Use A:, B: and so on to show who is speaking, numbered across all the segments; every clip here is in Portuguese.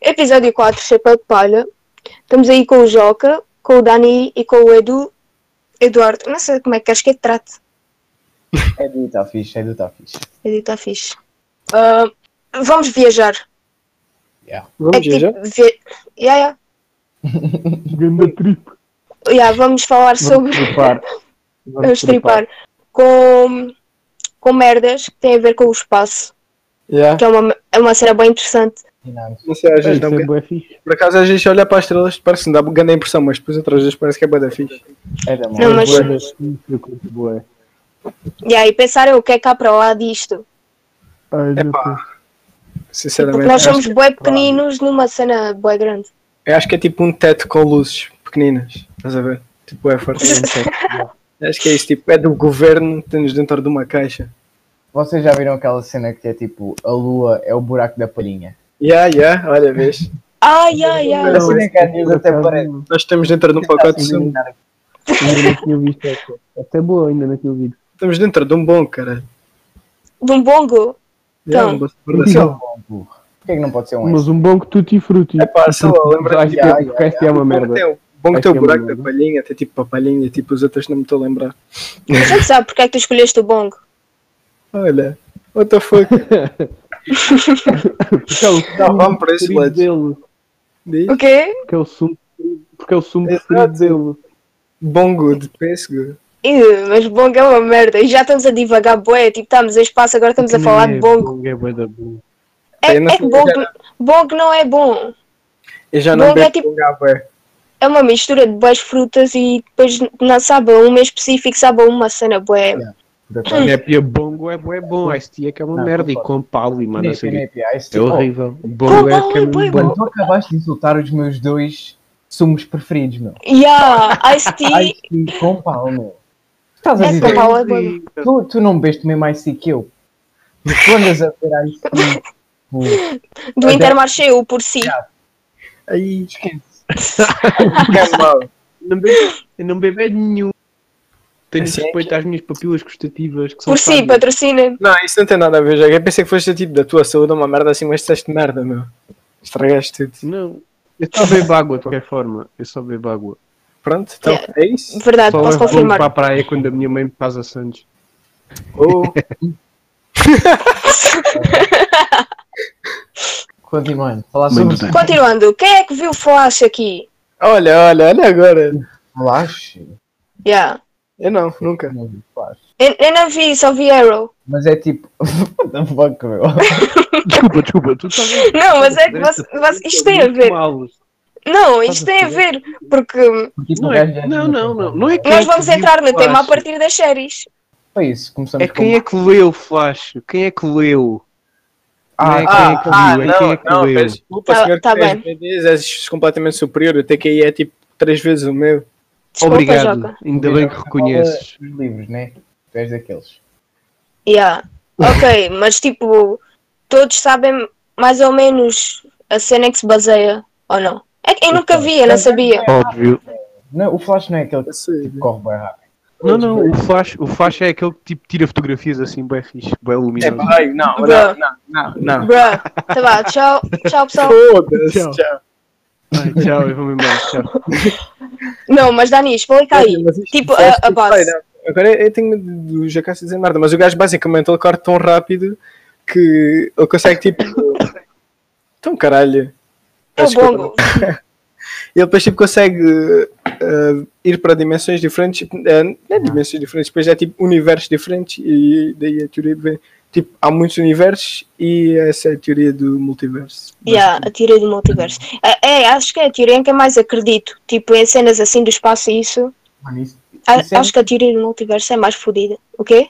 A: Episódio 4, Chapéu de Palha. Estamos aí com o Joca, com o Dani e com o Edu. Eduardo, não sei como é que queres que eu te trate.
B: Edu está fixe, Edu está fixe.
A: Edu está fixe. Ah, vamos viajar.
B: Yeah.
A: É
C: Vamos
A: que
C: já?
A: tipo, via- Yeah, yeah.
C: Ganda trip.
A: Yeah, vamos falar sobre.
C: Vamos tripar.
A: Vamos tripar com, com merdas que têm a ver com o espaço,
D: Yeah.
A: que é uma, é uma cena bem interessante.
B: Dinâmico.
D: Não sei, às
C: Ei,
D: vezes
C: isso
D: dá
C: é
D: um...
C: bué fixe.
D: Por acaso às vezes olha para as estrelas parece que dá uma grande impressão, mas depois outras vezes parece que é bada fixe.
B: É da mão.
A: Não, mas-
C: Bué das fixe, eu curto bué.
A: Yeah, e pensarem o que é que há para lá disto.
C: Ai, já
D: Epá.
C: sei.
A: Porque
D: Sinceramente,
A: nós
D: acho,
A: somos bué pequeninos numa cena bué grande.
D: eu acho que é tipo um teto com luzes pequeninas. Estás a ver? Tipo, é forte. acho que é isso, tipo, é do governo, temos dentro de uma caixa.
B: Vocês já viram aquela cena que é tipo a lua é o buraco da palhinha?
D: Yeah, yeah, olha, vês?
A: Ai, ai, ai.
B: Olha, se bem que às vezes
C: Por
B: até
C: acaso,
B: parece.
D: Nós estamos dentro de
B: tá
D: um pacote de som.
C: Ainda não tinha visto essa. Essa é boa, ainda não tinha ouvido.
D: Estamos dentro de um bom, cara.
A: De um bongo. Então.
D: Yeah, um bom sabor da cena.
B: Por que é que não pode ser um S?
C: Mas um bom que tutti frutti.
D: É pá, sei lá, lembra
C: Acho que
B: Ya, ya,
C: é- que esta é uma merda.
D: Tem o- Bom que
C: Acho
D: tem
C: que é
D: o buraco
C: uma merda.
D: da palhinha, tem tipo a palhinha, tipo os outros não me estou a lembrar.
A: A gente sabe porque é que tu escolheste o bongo.
D: Olha, what the fuck?
C: Porque é o sumo
D: Não, vamos para esse
C: preferido
D: lado.
C: dele.
D: Diz?
A: O quê?
C: Porque é o sumo preferido- Porque é o sumo
D: Exato.
C: preferido
E: um
C: dele.
D: Bongo de pêssego.
A: Ih, mas bongo é uma merda. E já estamos a divagar bué. Tipo, estamos em espaço, agora estamos a falar de bongo.
C: É bué da bom.
A: É,
D: Eu não
A: é que
D: sei-
A: bongo, bongo não é bom.
D: Eu já não
A: Bongo é
D: bebo
A: tipo-
D: bongo há bué.
A: É uma mistura de boas frutas e depois não sabe a uma em específico, sabe a uma cena bué.
B: Por acaso.
E: É, e bongo é bué bom, esse tia que é uma
B: Não,
E: merda, e
B: concordo.
E: com pau e mano,
B: Nipi,
E: assim,
B: nipi, ah, esse
E: é
B: tipo-
E: horrível.
A: Com
E: Bongo é
A: pau
E: que é
A: é bué
C: um
E: muito
B: Oh, Mano,
E: bom.
B: tu acabaste de insultar os meus dois sumos preferidos, meu.
A: Yeah, Ice
B: Ice
A: Tea
B: tea com pau, meu. Estás a
A: É
B: dizer?
A: com pau é bué.
B: Tu, tu não bebeste mesmo Ice tea que eu. Tu andas a ver Ice tea. Pô,
A: Do Intermarché, o por si.
D: Aí,
B: esquece.
D: é mal.
E: Não bebo, eu não bebo é nenhum. Tenho
D: Assim é
E: respeito às minhas papilas gustativas que são
A: Por si,
E: frágeis.
A: patrocina.
D: Não, isso não tem nada a ver, já. Eu pensei que foste tipo da tua saúde uma merda assim, mas disseste merda, meu. Estragaste tudo.
E: Não, eu só bebo água de qualquer forma, eu só bebo água.
D: Pronto, então é isso.
A: Verdade,
E: Só
A: Ah,
E: um
A: posso
E: levo bongo
A: confirmar.
E: para a praia quando a minha mãe me faz a Santos.
D: Oh,
B: Continuando. Falar
E: Muito
B: sobre
E: bem.
A: Continuando, quem é que viu o Flash aqui?
D: olha, olha, olha agora.
B: relaxe.
A: Yeah.
D: Eu não, nunca.
B: Não vi, faz.
A: Eu, eu não vi, só vi Arrow.
B: Mas é tipo. What the fuck, meu?
E: Desculpa, desculpa, tu estás a
A: Não, mas é que você- você- isto tem a
E: Muito
A: ver.
E: mal.
A: Não, isto tem a ver, porque
B: Porque tu Tipo,
E: Não,
B: gajo
E: é,
B: já-
E: não, não, não, não é quem
A: nós
E: é
A: vamos
E: que viu
A: entrar no
E: o
A: tema a
E: Flash.
A: partir das séries.
B: Foi isso, começamos
E: É quem é que leu Flash? Quem é que leu?
B: Ah,
E: não é quem é que viu, é quem é que
D: não,
E: leu.
D: peço desculpa,
A: Tá-
D: senhor.
A: tá
D: Tá
A: bem.
D: vezes, és completamente superior, o TQI é tipo três vezes o meu.
A: Desculpa,
E: Obrigado,
A: Joca.
E: ainda bem que reconheces.
B: Os livros, né? Tu és daqueles.
A: Yeah. Ok, mas tipo, todos sabem mais ou menos a cena em que se baseia, ou não? É que eu nunca vi, eu não sabia.
E: Óbvio.
B: Não, o Flash não é aquele que
D: Eu sei.
B: tipo, corre bem rápido.
E: Não, não, o Flash, o Flash é aquele que tipo, tira fotografias assim, bem fixe, bem
D: É,
E: luminoso.
D: pá, ai, não,
A: Bruh.
E: é.
D: não, não, não, não.
A: Bruh, tá vá, tchau, tchau pessoal.
D: Foda-se,
E: Tchau.
D: tchau.
E: Ai, Ah, tchau, eu vou-me embora. Tchau.
A: Não, mas Dani, explica aí.
D: Mas isto
A: Tipo,
D: faz
A: a- a
D: tipo,
A: base.
D: ai, não, Agora eu tenho medo do Jacassi dizer merda, mas o gajo basicamente ele corre tão rápido que ele consegue tipo. tão caralho.
A: É o
D: Desculpa.
A: bongo.
D: Ele depois tipo consegue eh, ir para dimensões diferentes, tipo, eh, não é dimensões diferentes, depois é tipo universos diferentes e daí a teoria vem. Tipo, há muitos universos e essa é a teoria do multiverso.
A: Yeah, a teoria do multiverso. É, é, acho que é a teoria em que eu mais acredito. Tipo, em cenas assim do espaço e isso.
B: Mano, isso,
A: A-
B: Isso é-
A: Acho que a teoria do multiverso é mais fodida. O quê?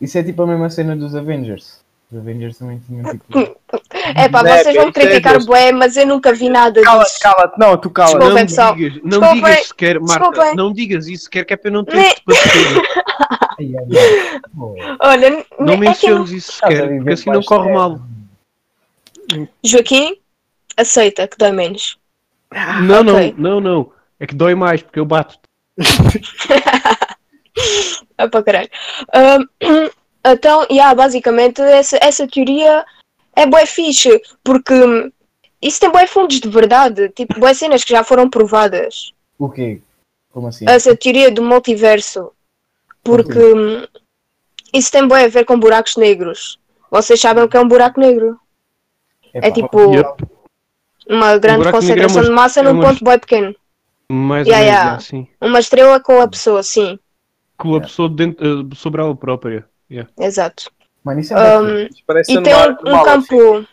B: isso é tipo a mesma cena dos Avengers. Os Avengers também tinham tipo.
A: É pá,
D: É,
A: vocês vão me
D: bem,
A: criticar
D: sério.
A: bué, mas eu nunca vi nada
D: Cala-te,
A: disso.
D: cala-te, não, tu cala
A: Desculpa,
E: Não
A: é pessoal.
E: digas, não
A: Desculpa, é.
E: digas sequer, Marta,
A: Desculpa, Né. é.
E: não digas isso sequer, que é para eu não ter
A: Nem-
E: de patrocínio.
B: Ai, ai, ai. Pô,
A: Olha, n-
E: Não
A: é que eu-
E: menciones isso
B: Estás a
E: sequer,
B: viver
E: porque assim não
B: debaixo
E: corre
B: de-
E: mal.
A: Joaquim, aceita que dói menos.
E: Não, não,
A: Ah, ok.
E: não, não. É que dói mais, porque eu bato.
A: Ah, para caralho. Ahm, então, yeah, basicamente, essa, essa teoria é bué fixe, porque hum, isso tem bué fundos de verdade, tipo, bué cenas que já foram provadas.
B: O quê? Como assim?
A: Essa teoria do multiverso. Porque hum, isso tem bué a ver com buracos negros. Vocês sabem o que é um buraco negro? É
B: pá,
A: tipo
E: Yep.
A: uma grande
E: buraco negro é
A: concentração
E: uma-
A: de massa
E: é
A: num
E: uma-
A: ponto bué pequeno.
E: Mais
A: Yeah,
E: ou menos
A: yeah.
E: assim.
A: Uma estrela com a pessoa, sim.
E: Colapsou dentro, eh, sobre ela própria. Yeah.
A: Exato.
B: Mano, isso é um...
D: Parece
A: E tem
D: anuar
A: um, um
D: mal, assim.
A: campo.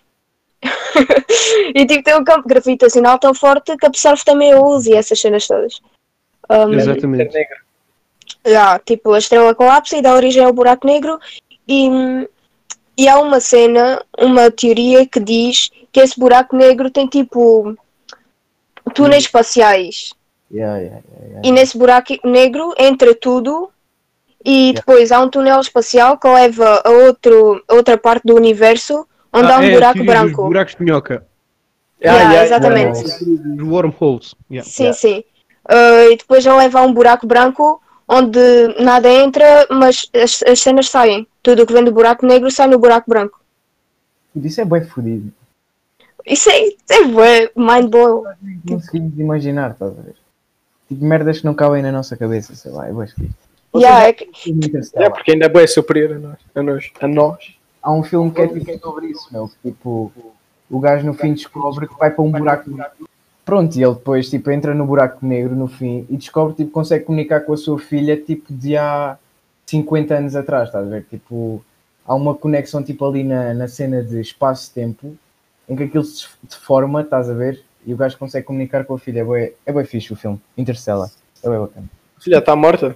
A: e tipo, tem um campo gravitacional tão forte que absorve também a luz e essas cenas todas. Um,
E: Exatamente.
D: Negra.
A: já, tipo, a estrela colapsa e dá origem ao buraco negro. E, e há uma cena, uma teoria que diz que esse buraco negro tem tipo túneis espaciais.
B: yeah, yeah, yeah.
A: E nesse buraco negro entra tudo. E depois há um túnel espacial que leva a, outro, a outra parte do universo onde há
E: Ah,
A: um
E: é a
A: buraco
E: teoria dos
A: branco.
E: Buracos de minhoca.
D: Ah,
A: Yeah,
D: yeah,
A: exatamente.
B: yeah,
E: Os wormholes. Yeah.
A: Sim, sim. Ah, e depois já leva a um buraco branco onde nada entra, mas as, as cenas saem. Tudo o que vem do buraco negro sai no buraco branco.
B: Tudo Isso é bem fodido.
A: Isso é, é bué, mind blow.
B: Não conseguimos imaginar, estás a ver? Tipo, merdas que não cabem na nossa cabeça, sei lá, é bem fodido.
A: Yeah, é que-
B: Filme
D: É,
B: Interstellar.
D: porque ainda é bué superior a nós. A nós. A nós.
B: Há um filme que é tipo sobre isso, meu. que, Tipo, o gajo no fim descobre que vai para um buraco negro. Pronto, e ele depois tipo, entra no buraco negro no fim e descobre tipo, consegue comunicar com a sua filha tipo, de há 50 anos atrás, estás a ver? Tipo, há uma conexão tipo, ali na, na cena de espaço-tempo em que aquilo se deforma, estás a ver? E o gajo consegue comunicar com a filha. É bem, é bem fixe o filme, Interstellar. É bem bacana.
D: Filha, está morta?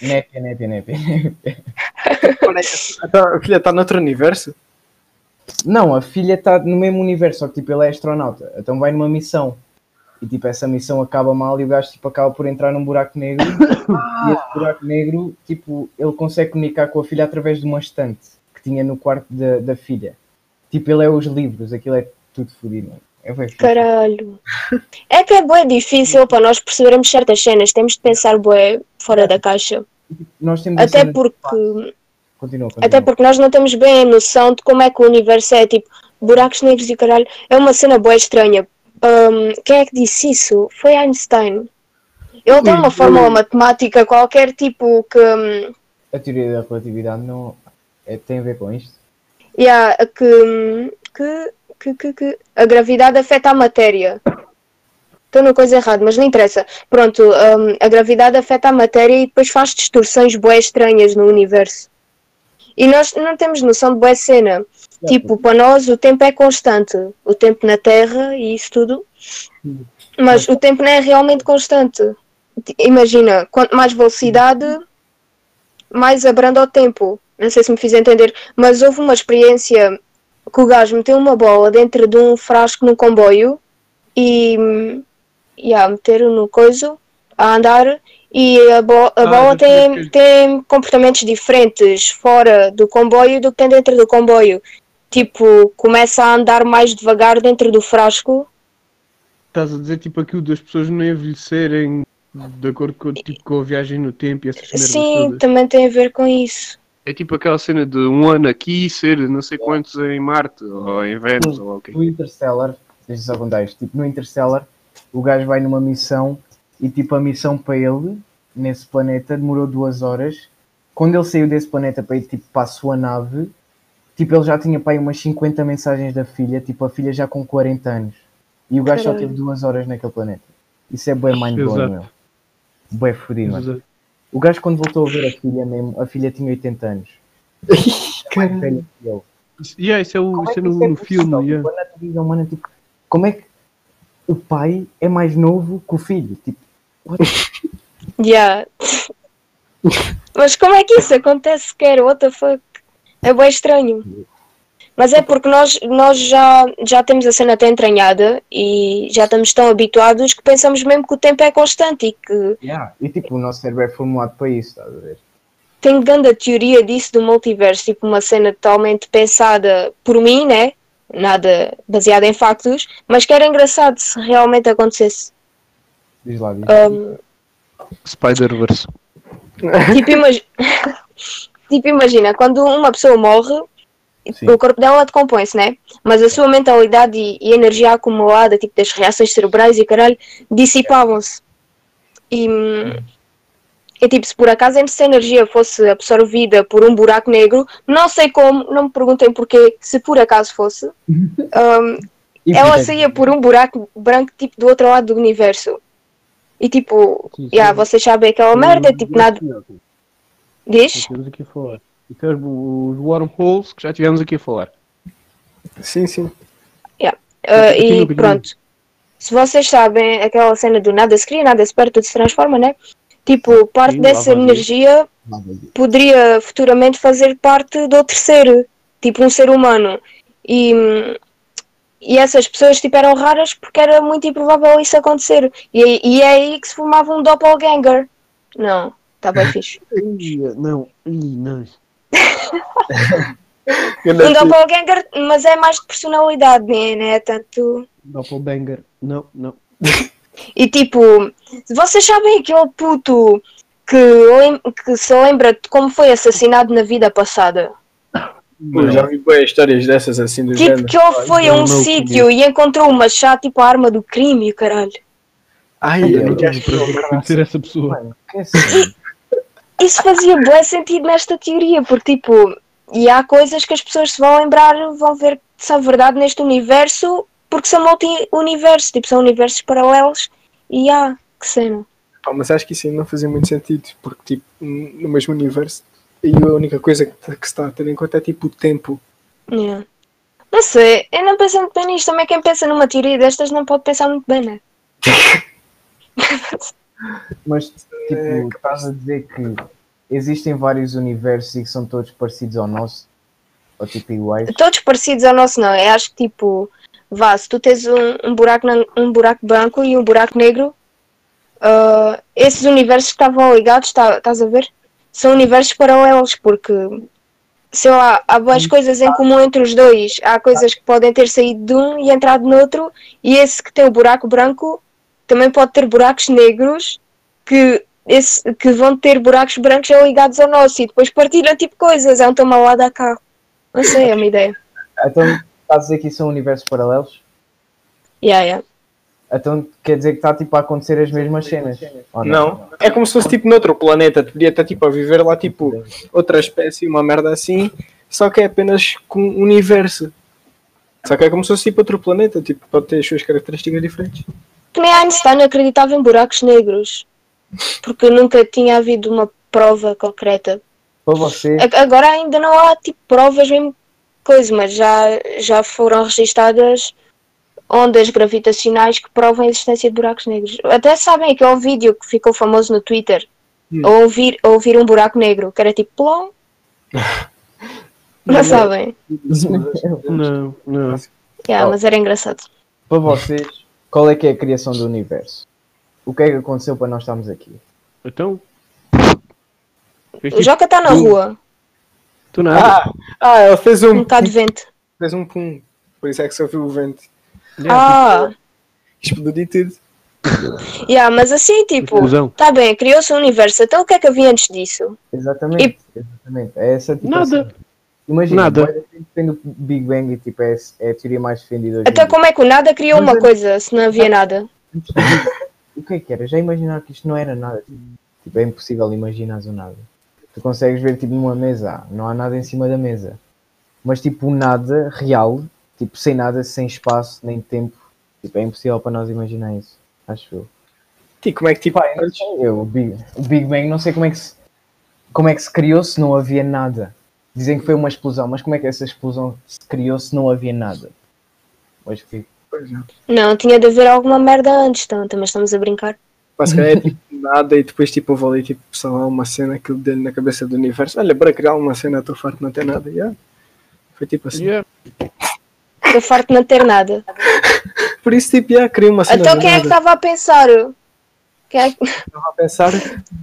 B: Népia, népia, népia.
D: Tá- filha, está noutro universo?
B: Não, a filha está no mesmo universo, só que tipo, ele é astronauta, então vai numa missão. E tipo, essa missão acaba mal e o gajo tipo, acaba por entrar num buraco negro. e esse buraco negro, tipo, ele consegue comunicar com a filha através de uma estante que tinha no quarto da, da filha. Tipo, ele é os livros, aquilo é tudo fodido. mano. É bem fixe.
A: caralho. É que é bué difícil para nós percebermos certas cenas. Temos de pensar bué fora da caixa.
B: Nós temos a
A: Até
E: é-
B: cena-
A: porque,
B: Continua, continua.
A: até porque nós não temos bem a noção de como é que o universo é. Tipo, buracos negros e o caralho. É uma cena bué estranha. Ahm, quem é que disse isso? Foi Einstein. Ele tem uma fórmula matemática qualquer, tipo, que... hum,
B: A teoria da relatividade não é- tem a ver com isto.
A: Yeah, que, que, que, que, que a gravidade afeta a matéria. Estou numa coisa errada, mas não interessa. Pronto, hum, a gravidade afeta a matéria e depois faz distorções bué estranhas no universo. E nós não temos noção de bué cena. Tipo, para nós o tempo é constante. O tempo na Terra e isso tudo. Mas o tempo não é realmente constante. Ti- Imagina, quanto mais velocidade, mais abranda o tempo. Não sei se me fiz entender, mas houve uma experiência que o gajo meteu uma bola dentro de um frasco num comboio e. hum, Yeah, meteram no coiso a andar e a, bo- a
E: Ah,
A: bola
E: já sei o que é
A: tem,
E: isso.
A: tem comportamentos diferentes fora do comboio do que tem dentro do comboio. Tipo, começa a andar mais devagar dentro do frasco.
E: Estás a dizer tipo aquilo das pessoas não envelhecerem de acordo com, tipo, com a viagem no tempo e essas merdas
A: Sim, então-
E: todas.
A: também tem a ver com isso.
E: É tipo aquela cena de um ano aqui ser não sei quantos em Marte ou em Vênus ou ok.
B: no Interstellar, deixa só contar isto, tipo, no Interstellar o gajo vai numa missão e tipo a missão para ele nesse planeta demorou duas horas. Quando ele saiu desse planeta para ir tipo para a sua nave, tipo ele já tinha para aí umas 50 mensagens da filha, tipo a filha já com 40 anos. E o gajo só
A: Caralho.
B: teve duas horas naquele planeta. Isso é bem mind blowing,
E: Exato.
B: meu. Bem fodido, mano. O gajo quando voltou a ver a filha mesmo, a filha tinha 80 anos. Mais velha que ele.
E: Isso- Yeah, isso é, o,
B: Como é
E: isso é
B: que
E: no,
B: isso é
E: no
B: possível?
E: filme. Yeah.
B: Tipo, a natureza humana, tipo, como é que o pai é mais novo que o filho? Tipo,
A: Yeah. Mas como é que isso acontece sequer? What the fuck? É bem estranho. Mas é porque nós, nós já, já temos a cena até entranhada e já estamos tão habituados que pensamos mesmo que o tempo é constante e que
B: E tipo, o nosso cérebro é formulado para isso, estás a ver?
A: tem grande teoria disso do multiverso, tipo uma cena totalmente pensada por mim, né? Nada baseada em factos, mas que era engraçado se realmente acontecesse.
B: Diz lá, diz.
A: Um,
E: Spider-Verse.
A: tipo, imagi- tipo, imagina, quando uma pessoa morre,
B: Sim.
A: o corpo dela decompõe-se, né? Mas a sua mentalidade e, e energia acumulada, tipo das reações cerebrais e o caralho, dissipavam-se. E, hum, e tipo, se por acaso essa energia fosse absorvida por um buraco negro, não sei como, não me perguntem porquê, se por acaso fosse, hum,
B: E
A: ela
B: portanto,
A: saía por um buraco branco, tipo, do outro lado do universo. E tipo,
C: Sim,
A: yeah,
C: sim.
A: vocês sabem aquela merda, tipo, nada. Diz?
C: Estamos aqui a falar.
E: é
C: Então, os wormholes que já tivemos aqui a falar.
D: Sim, sim.
A: Uh,
C: Continua,
A: e
C: continua.
A: pronto. Se vocês sabem aquela cena do nada se cria, nada se perde, tudo se transforma, né? Tipo, parte
C: Sim, lá
A: dessa
C: vai ver.
A: energia
B: tipo,
A: poderia futuramente fazer parte de outro ser, tipo um ser humano. E, e essas pessoas tipo, eram raras porque era muito improvável isso acontecer. E, e é aí que se formava um doppelganger. Não, tá bem fixe.
C: Ih, Não, ih, não. é
A: Um
D: Grande filho.
A: doppelganger, mas é mais de personalidade, né? Não é tanto.
C: Doppelbanger. Não, não.
A: E tipo, vocês sabem aquele puto que, lem- que se lembra de como foi assassinado na vida passada?
D: Pô, já vi boas histórias dessas assim do
A: Tipo,
D: género.
A: que ele foi a
C: não,
A: um
C: não,
A: sítio e encontrou uma chá, tipo a arma do crime, caralho.
D: Ai,
B: Ainda
D: eu
B: não
D: acho que
C: Para reconhecer essa pessoa.
B: Mano, é quem sabe?
A: Isso fazia bem sentido nesta teoria, porque tipo, e há coisas que as pessoas se vão lembrar, vão ver que são verdade neste universo, porque são multi-universo, tipo, são universos paralelos. E há, que cena.
D: Pá, mas acho que isso ainda não fazia muito sentido, porque tipo, n- no mesmo universo, e a única coisa que, tá- que se está a ter em conta é tipo o tempo.
A: Yeah. Não sei, eu não penso muito bem nisto. Também quem pensa numa teoria destas não pode pensar muito bem, né?
B: Mas tipo, estás a dizer que existem vários universos e que são todos parecidos ao nosso? Ou tipo iguais?
A: Todos parecidos ao nosso, não. Eu acho que tipo, vá, se tu tens um, um buraco, nan- um buraco branco e um buraco negro, ah, esses universos que estavam ligados, tá- estás a ver? São universos paralelos, porque sei lá, há boas coisas em comum entre os dois. Há coisas que podem ter saído de um e entrado no outro, e esse que tem o buraco branco também pode ter buracos negros que, esse, que vão ter buracos brancos ligados ao nosso e depois partilham tipo coisas. É um toma lá da cá. Não sei, é uma ideia.
B: Então estás a dizer que são universos paralelos?
A: Yeah, yeah.
B: Então quer dizer que está tipo a acontecer as mesmas cenas? Ou
D: Não. É como se fosse tipo noutro planeta, tu podia estar tipo a viver lá tipo outra espécie, uma merda assim, só que é apenas com um universo. Só que é como se fosse tipo outro planeta, tipo, pode ter as suas características diferentes.
A: Que nem Einstein acreditava em buracos negros porque nunca tinha havido uma prova concreta
B: Para você,
A: A- Agora ainda não há tipo provas mesmo coisa, mas já, já foram registadas ondas gravitacionais que provam a existência de buracos negros. Até sabem aquele vídeo que ficou famoso no Twitter a ouvir, a ouvir um buraco negro, que era tipo plom. Não sabem.
C: Não, não.
A: Yeah,
B: Oh.
A: Mas era engraçado.
B: para vocês, qual é que é a criação do universo? O que é que aconteceu para nós estarmos aqui?
C: Então. Fez
A: O
C: tipo,
A: Joca está na rua,
C: tu nada.
D: Ah, ah, ela fez
A: um
D: um,
A: bocado de vento.
D: fez um pum. Por isso é que só viu o vento.
A: Ah,
D: Explodiu tudo.
A: yeah, mas assim, tipo,
C: Confusão.
A: tá bem, criou-se um universo, então o que é que havia antes disso?
B: Exatamente, exatamente. É essa tipo
C: Nada.
B: assim. Imagina,
C: Nada.
B: bué da gente defende o Big Bang e tipo, é, é a teoria mais defendida hoje em
C: Então,
A: Até
B: dia.
A: como é que o nada criou uma coisa se não
D: Ah.
A: havia nada?
B: O que é que era? Já imaginar que isto não era nada. Tipo, é impossível imaginar o nada. Tu consegues ver tipo numa mesa, ah, não há nada em cima da mesa. Mas tipo o nada real, tipo sem nada, sem espaço, nem tempo. Tipo, é impossível para nós imaginar isso. Acho eu.
D: Ti, como é que tipo.
B: Pá, eu, não sei, eu, o, Big, o Big Bang não sei como é que se, como é que se criou se não havia nada. Dizem que foi uma explosão, mas como é que essa explosão se criou se não havia nada? Pois que
A: Não, tinha de haver alguma merda antes, então também estamos a brincar.
D: Mas se calhar é tipo nada e depois tipo eu vou ali tipo sei lá uma cena que deu na cabeça do universo. Olha, bora criar uma cena, estou farto, não tem nada. Yeah. Foi tipo assim.
C: Yeah.
A: Estou farto de não ter nada.
D: Por isso tipo, yeah, criei uma cena.
A: então
D: do
A: quem é que
D: nada.
A: estava a pensar? Quem é que...
D: Estava a pensar?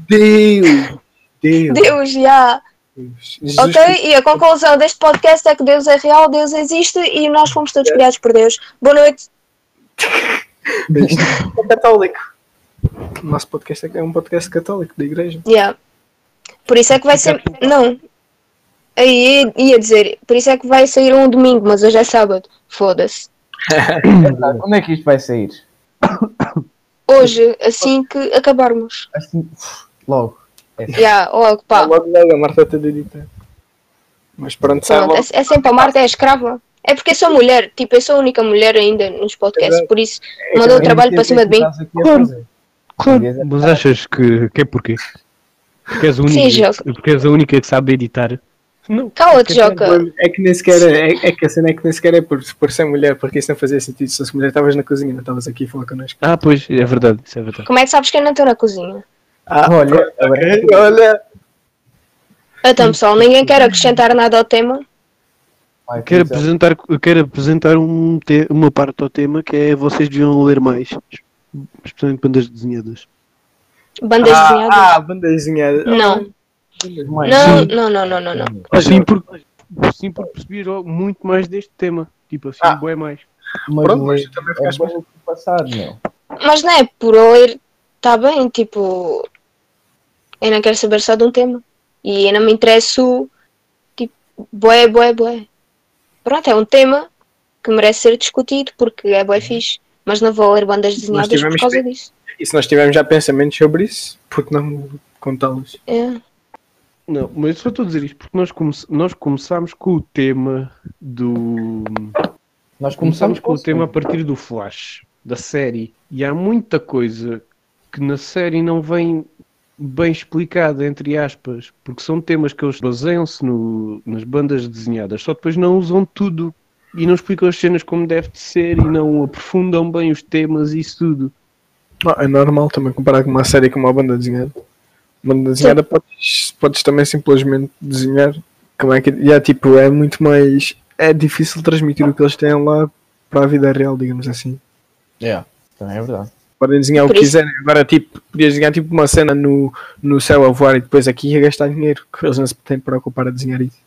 D: Deus! Deus!
A: Deus, já.
D: Jesus
A: Ok, e a conclusão deste podcast é que Deus é real, Deus existe e nós fomos todos criados por Deus. Boa noite.
D: Cristo. Isto é católico. O nosso podcast é um podcast católico da igreja.
A: Yeah. Por isso é que vai ser. Não. Aí ia dizer, por isso é que vai sair um domingo, mas hoje é sábado. Foda-se.
B: Exato. Onde é que isto vai sair?
A: Hoje, assim que acabarmos.
B: Assim, logo.
A: Já, logo, pá.
D: Logo, logo, é a Marta está de editar. Mas pronto, sai
A: Pronto,
D: logo.
A: é, é sempre a Marta, é escrava. É porque eu sou mulher, tipo, eu sou a única mulher ainda nos podcasts,
D: Exato.
A: por isso
D: é
A: mandou o trabalho para cima de mim.
C: Claro.
B: Claro.
F: Mas achas que, que é porquê? Porque és, a única,
A: Sim, Joca.
F: porque és a única que sabe editar. Não.
A: Cala-te, Joca.
D: É que nem sequer é, é que a cena é que nem sequer é por, por ser mulher, porque isso não fazia sentido. Se fosse mulher, estavas na cozinha, não estavas aqui a falar connosco.
F: Ah, pois, é verdade, isso é verdade.
A: Como é que sabes que eu não estou na cozinha?
D: Ah,
B: Olha, agora-
D: ok, olha.
A: Então, pessoal, ninguém quer acrescentar nada ao tema?
B: Vai,
F: Quero
B: Filipe,
D: então.
F: apresentar, quero apresentar um te- uma parte ao tema que é vocês deviam ler mais. Especialmente bandas desenhadas.
A: Bandas desenhadas?
D: Ah, ah, banda desenhada.
A: Não.
B: mãe.
A: Não, não, não, não, não, não.
F: Assim por, assim por perceber muito mais deste tema. Tipo assim,
D: Ah.
F: ah. é mais.
B: Mas
D: Pronto, mas
B: é-
D: tu também
B: é
D: ficaste
B: bom o passado, meu.
A: Mas não é por ler, está bem, tipo. Eu não quero saber só de um tema. E eu não me interesso, tipo, boé, boé, boé. Pronto, é um tema que merece ser discutido porque é
E: Uhum.
A: boé fixe. Mas não vou ler bandas desenhadas por
D: tivemos
A: causa
D: que-
A: disso.
D: E se nós tivermos já pensamentos sobre isso, porque não contá-los?
A: É.
E: Não, mas só estou a dizer isto porque nós, come nós começámos com o tema do.
B: Nós
E: Começámos
B: Então,
E: com o tema a
B: para
E: partir do Flash, da série. E há muita coisa que na série não vem bem explicada, entre aspas, porque são temas que eles baseiam-se no- nas bandas desenhadas, só depois não usam tudo e não explicam as cenas como deve de ser e não aprofundam bem os temas e isso tudo.
D: Não, é normal também comparar com uma série com uma banda desenhada. Banda desenhada podes, podes também simplesmente desenhar. Como é que e é? Tipo, é muito mais. É difícil transmitir o que eles têm lá para a vida real, digamos assim.
B: Também é verdade.
D: Podem desenhar o
A: Por
D: que
A: isso-
D: quiserem. Agora, tipo, podias desenhar tipo uma cena no, no céu a voar e depois aqui ia gastar dinheiro. Que eles não se têm de preocupar a desenhar isso.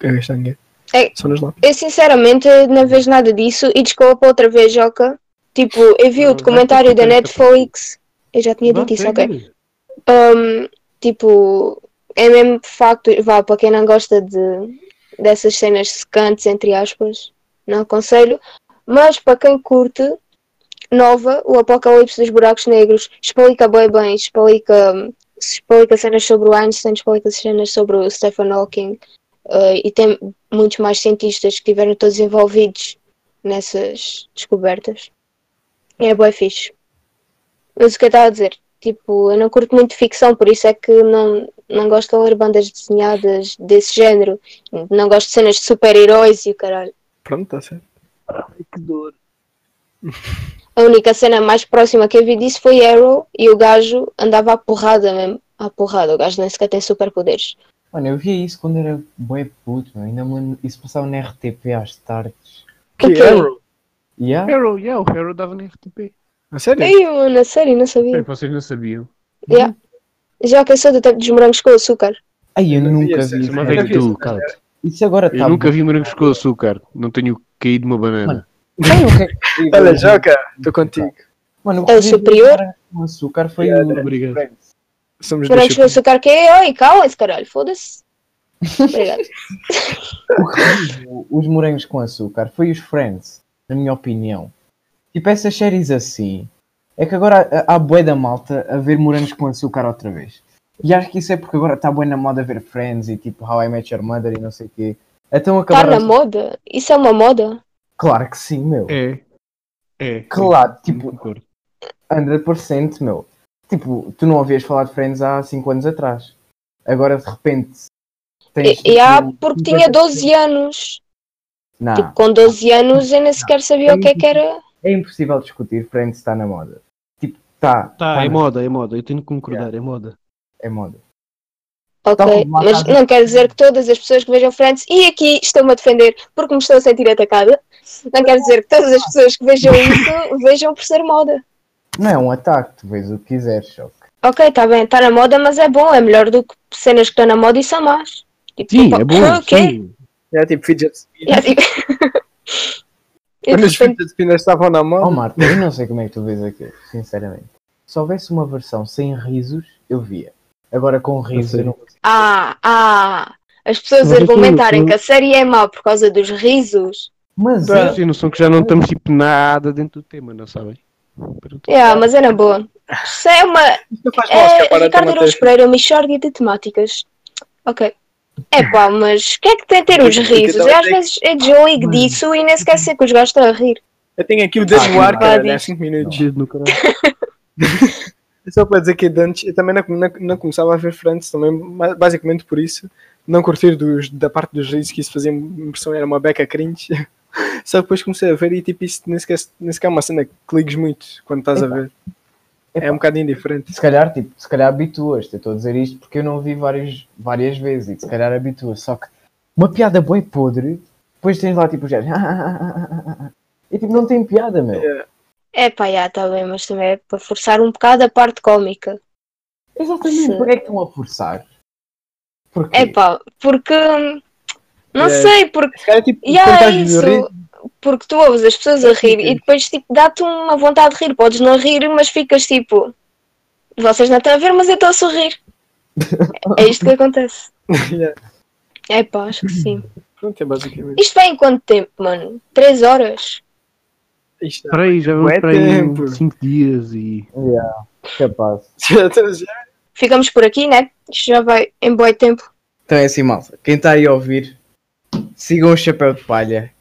D: A gastar dinheiro.
A: É-
D: Só nos lápis.
A: Eu sinceramente não vejo nada disso e desculpa outra vez, Joca. Tipo, eu vi o
E: Não,
A: documentário
E: vai ter
A: da
E: que ter
A: Netflix. Eu já tinha
E: Vá,
A: dito isso, é
E: pega
A: ok.
E: aí.
A: Um, tipo, é mesmo facto, vá, para quem não gosta de, dessas cenas secantes, entre aspas, não aconselho, mas para quem curte, nova, o Apocalipse dos Buracos Negros, explica bem bem, explica, explica cenas sobre o Einstein, explica cenas sobre o Stephen Hawking, eh, e tem muitos mais cientistas que estiveram todos envolvidos nessas descobertas. É bem fixe. Mas o que eu estava a dizer? Tipo, eu não curto muito ficção, por isso é que não, não gosto de ler bandas desenhadas desse género. Não gosto de cenas de super-heróis e o caralho.
D: Pronto, tá certo.
C: Que dor.
A: A única cena mais próxima que eu vi disso foi Arrow e o gajo andava à porrada mesmo. À porrada, o gajo nem sequer tem superpoderes.
B: Mano, eu via isso quando era bué puto, meu. ainda me lembro. Isso passava na RTP às tardes.
A: Que
D: Que Arrow?
B: Yeah?
F: Arrow, yeah, o Arrow dava na RTP.
D: A sério?
A: Ei, mano, a sério, não
E: Bem,
A: sabia.
E: vocês não sabiam.
A: Yeah. Já que eu sou do tempo dos morangos com açúcar.
B: Ai, eu
D: Eu não
B: nunca
D: via
B: vi.
D: essa-
E: Uma
B: isso.
E: vez
D: nunca vi
E: tu,
D: essa
E: cala-te.
B: Isso agora
F: Eu
B: tá
F: nunca
B: bom.
F: vi morangos com açúcar. Não tenho caído uma banana.
B: Ai, o que é que eu vi?
D: Olha, Joca, estou contigo.
B: Mano, o
A: É o
B: que eu vi
A: superior?
B: agora com açúcar foi
D: Yeah,
B: o.
F: obrigado.
D: Somos dois.
A: Morangos com açúcar que é? Oi, calma-se, caralho, foda-se. Obrigado.
B: O que viu os morangos com açúcar foi os Friends, na minha opinião. Tipo, essas séries assim. É que agora há há bué da malta a ver morangos com açúcar outra vez. E acho que isso é porque agora está bué na moda ver Friends e tipo How I Met Your Mother e não sei o quê. Então
A: Está
B: acabaram...
A: Tá na moda? Isso é uma moda?
B: Claro que sim, meu.
F: É. É.
B: Claro,
F: Sim,
B: tipo,
F: concordo.
B: 100%, meu. Tipo, tu não ouvias falar de Friends há 5 anos atrás. Agora, de repente, tens...
A: E, e há
B: tipo,
A: porque tinha 12 anos.
B: Não,
A: Tipo, com 12 anos eu nem sequer sabia o que é que era.
B: é impossível discutir. Friends está na moda. Tipo, está...
F: Tá,
D: né?
F: é moda, é moda. Eu tenho que concordar, é moda.
B: É moda.
A: Ok,
B: Então, lá
A: mas
B: está.
A: não quer dizer que todas as pessoas que vejam Friends, e aqui estou-me a defender porque me estou a sentir atacada, não quer dizer que todas as pessoas que vejam isso vejam por ser moda.
B: Não é um ataque, tu vês o que quiseres, choque.
A: Ok, está bem, está na moda, mas é bom, é melhor do que cenas que estão na moda e são más. Tipo,
F: Sim,
A: opa,
F: é bom.
A: ok.
F: sim.
D: É tipo fidget spin.
A: E é tipo- Eu
D: Quando
A: de
D: os
A: repente-
D: fidget spinners estavam na
B: Oh,
D: mão,
B: Marta, eu não sei como é que tu vês aquilo, sinceramente. Se houvesse uma versão sem risos, eu via. Agora com risos, eu não consigo.
A: Ah, ah, As pessoas
F: Mas eu tô-
A: argumentarem
F: eu-
A: que a série é má por causa dos risos.
B: Mas
E: Vocês têm noção que já não estamos tipo nada dentro do tema, não sabem? Pronto.
F: Ah.
A: Yeah, mas é na boa. Isso é uma.
D: Isto faz mal
A: É,
D: escapar a
A: Ricardo Araújo
D: matéria.
A: Pereira, uma enxerga de temáticas. Ok. É pá, mas o que é que tem ter os
D: Eu- eu- eu
A: risos?
D: tava
A: Eu
D: a
A: às
D: dizer
A: vezes é Joey disso e nem sequer sei que os gajos estão a rir.
D: Eu tenho aqui o dedo no ar,
A: Ah,
D: cara,
A: diz.
D: há 5 minutos.
F: Dedo no caralho.
D: É Só para dizer que antes, eu também não, não- não começava a ver Friends também, ba- basicamente por isso. Não curtir dos- da parte dos risos que isso fazia impressão, era uma beca cringe. Só depois comecei a ver e tipo isso nem sequer, nem sequer é uma cena que ligues muito quando estás a ver. É um bocado indiferente.
B: se calhar, tipo, se calhar habituas-te. Eu estou a dizer isto porque eu não vi várias, várias vezes e se calhar habituas. Só que uma piada boi podre, depois tens lá tipo o género. E tipo, não tem piada, meu.
A: É pá, já, tá bem, mas também é para forçar um bocado a parte cómica.
B: Exatamente.
A: Sim.
B: Por é que estão a forçar? Porquê?
A: É pá, porque. hum, Não
D: Yeah.
A: sei, porque.
D: Se calhar tipo,
A: Yeah, é
D: tentas
A: isso.
D: rir,
A: Porque tu ouves as pessoas a rir e depois tipo, dá-te uma vontade de rir. Podes não rir, mas ficas tipo. Vocês não estão a ver, mas eu estou a sorrir. É isto que acontece.
D: Yeah.
A: É pá, acho que sim.
D: pronto, é basicamente.
A: Isto vai em quanto tempo, mano? Três horas?
D: Isto.
F: Espera aí, já vamos
D: Bué
F: para aí
D: tempo.
F: 5 dias e.
B: Yeah, capaz.
D: Já estamos- já-
A: Ficamos por aqui, né? Isto já vai em boi tempo.
B: Então é assim, malta. Quem está aí a ouvir, sigam o Chapéu de Palha,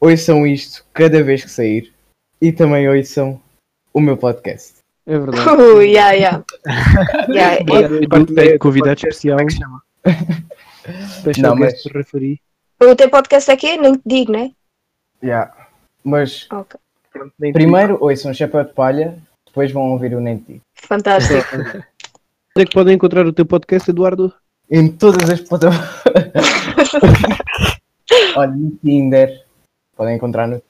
B: ouçam isto cada vez que sair e também ouçam o meu podcast.
E: É verdade.
B: Tá
A: Uh, yeah, yeah. Yeah, é-
F: E tem convidado especial.
D: Como é que se chama?
F: Special
B: Não,
F: guest referee.
A: O teu podcast aqui, nem te digo, né?
B: Yeah. Mas
A: Ok.
D: Pronto, nem-
B: primeiro ouçam o Chapéu de Palha, depois vão ouvir o Nem Ti.
A: Fantástico.
F: Onde é que podem encontrar o teu podcast, Eduardo?
B: Em todas as plataformas. Olha, no Tinder. Podem encontrar no.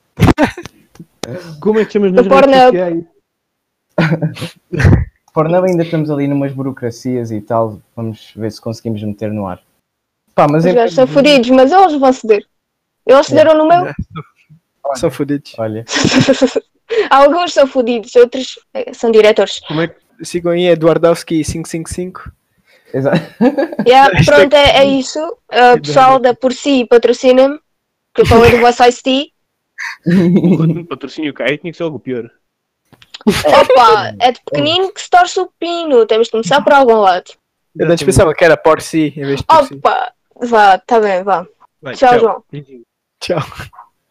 F: Como é que chamas
A: Do
F: nas redes
A: Pornhub.
F: sociais?
B: Pornhub ainda estamos ali numas burocracias e tal. Vamos ver se conseguimos meter no ar. Pá, mas
A: Os
B: é.
A: gajos estão fodidos, mas eles vão ceder. Eles cederam no meu.
D: São fodidos.
B: Olha,
A: Alguns são fodidos, outros eh, são diretores.
E: Como é que
D: Sigam aí Eduardowski555.
B: exato.
A: Yeah,
D: Isto é-
A: pronto, é, é isso. Uh, pessoal da Por Si patrocina-me. Que eu falei do vosso Ice Tea.
E: quando o patrocínio cai, tinha que ser algo pior.
A: Opa, é de pequenino que se torce o pino. Temos de começar por algum lado.
D: Eu antes pensava que era por
A: Oh,
D: si em vez de por si.
A: Opa! Vá, tá bem, vá.
E: Vai,
A: Tchau, João.
E: Beijinho.
D: Tchau.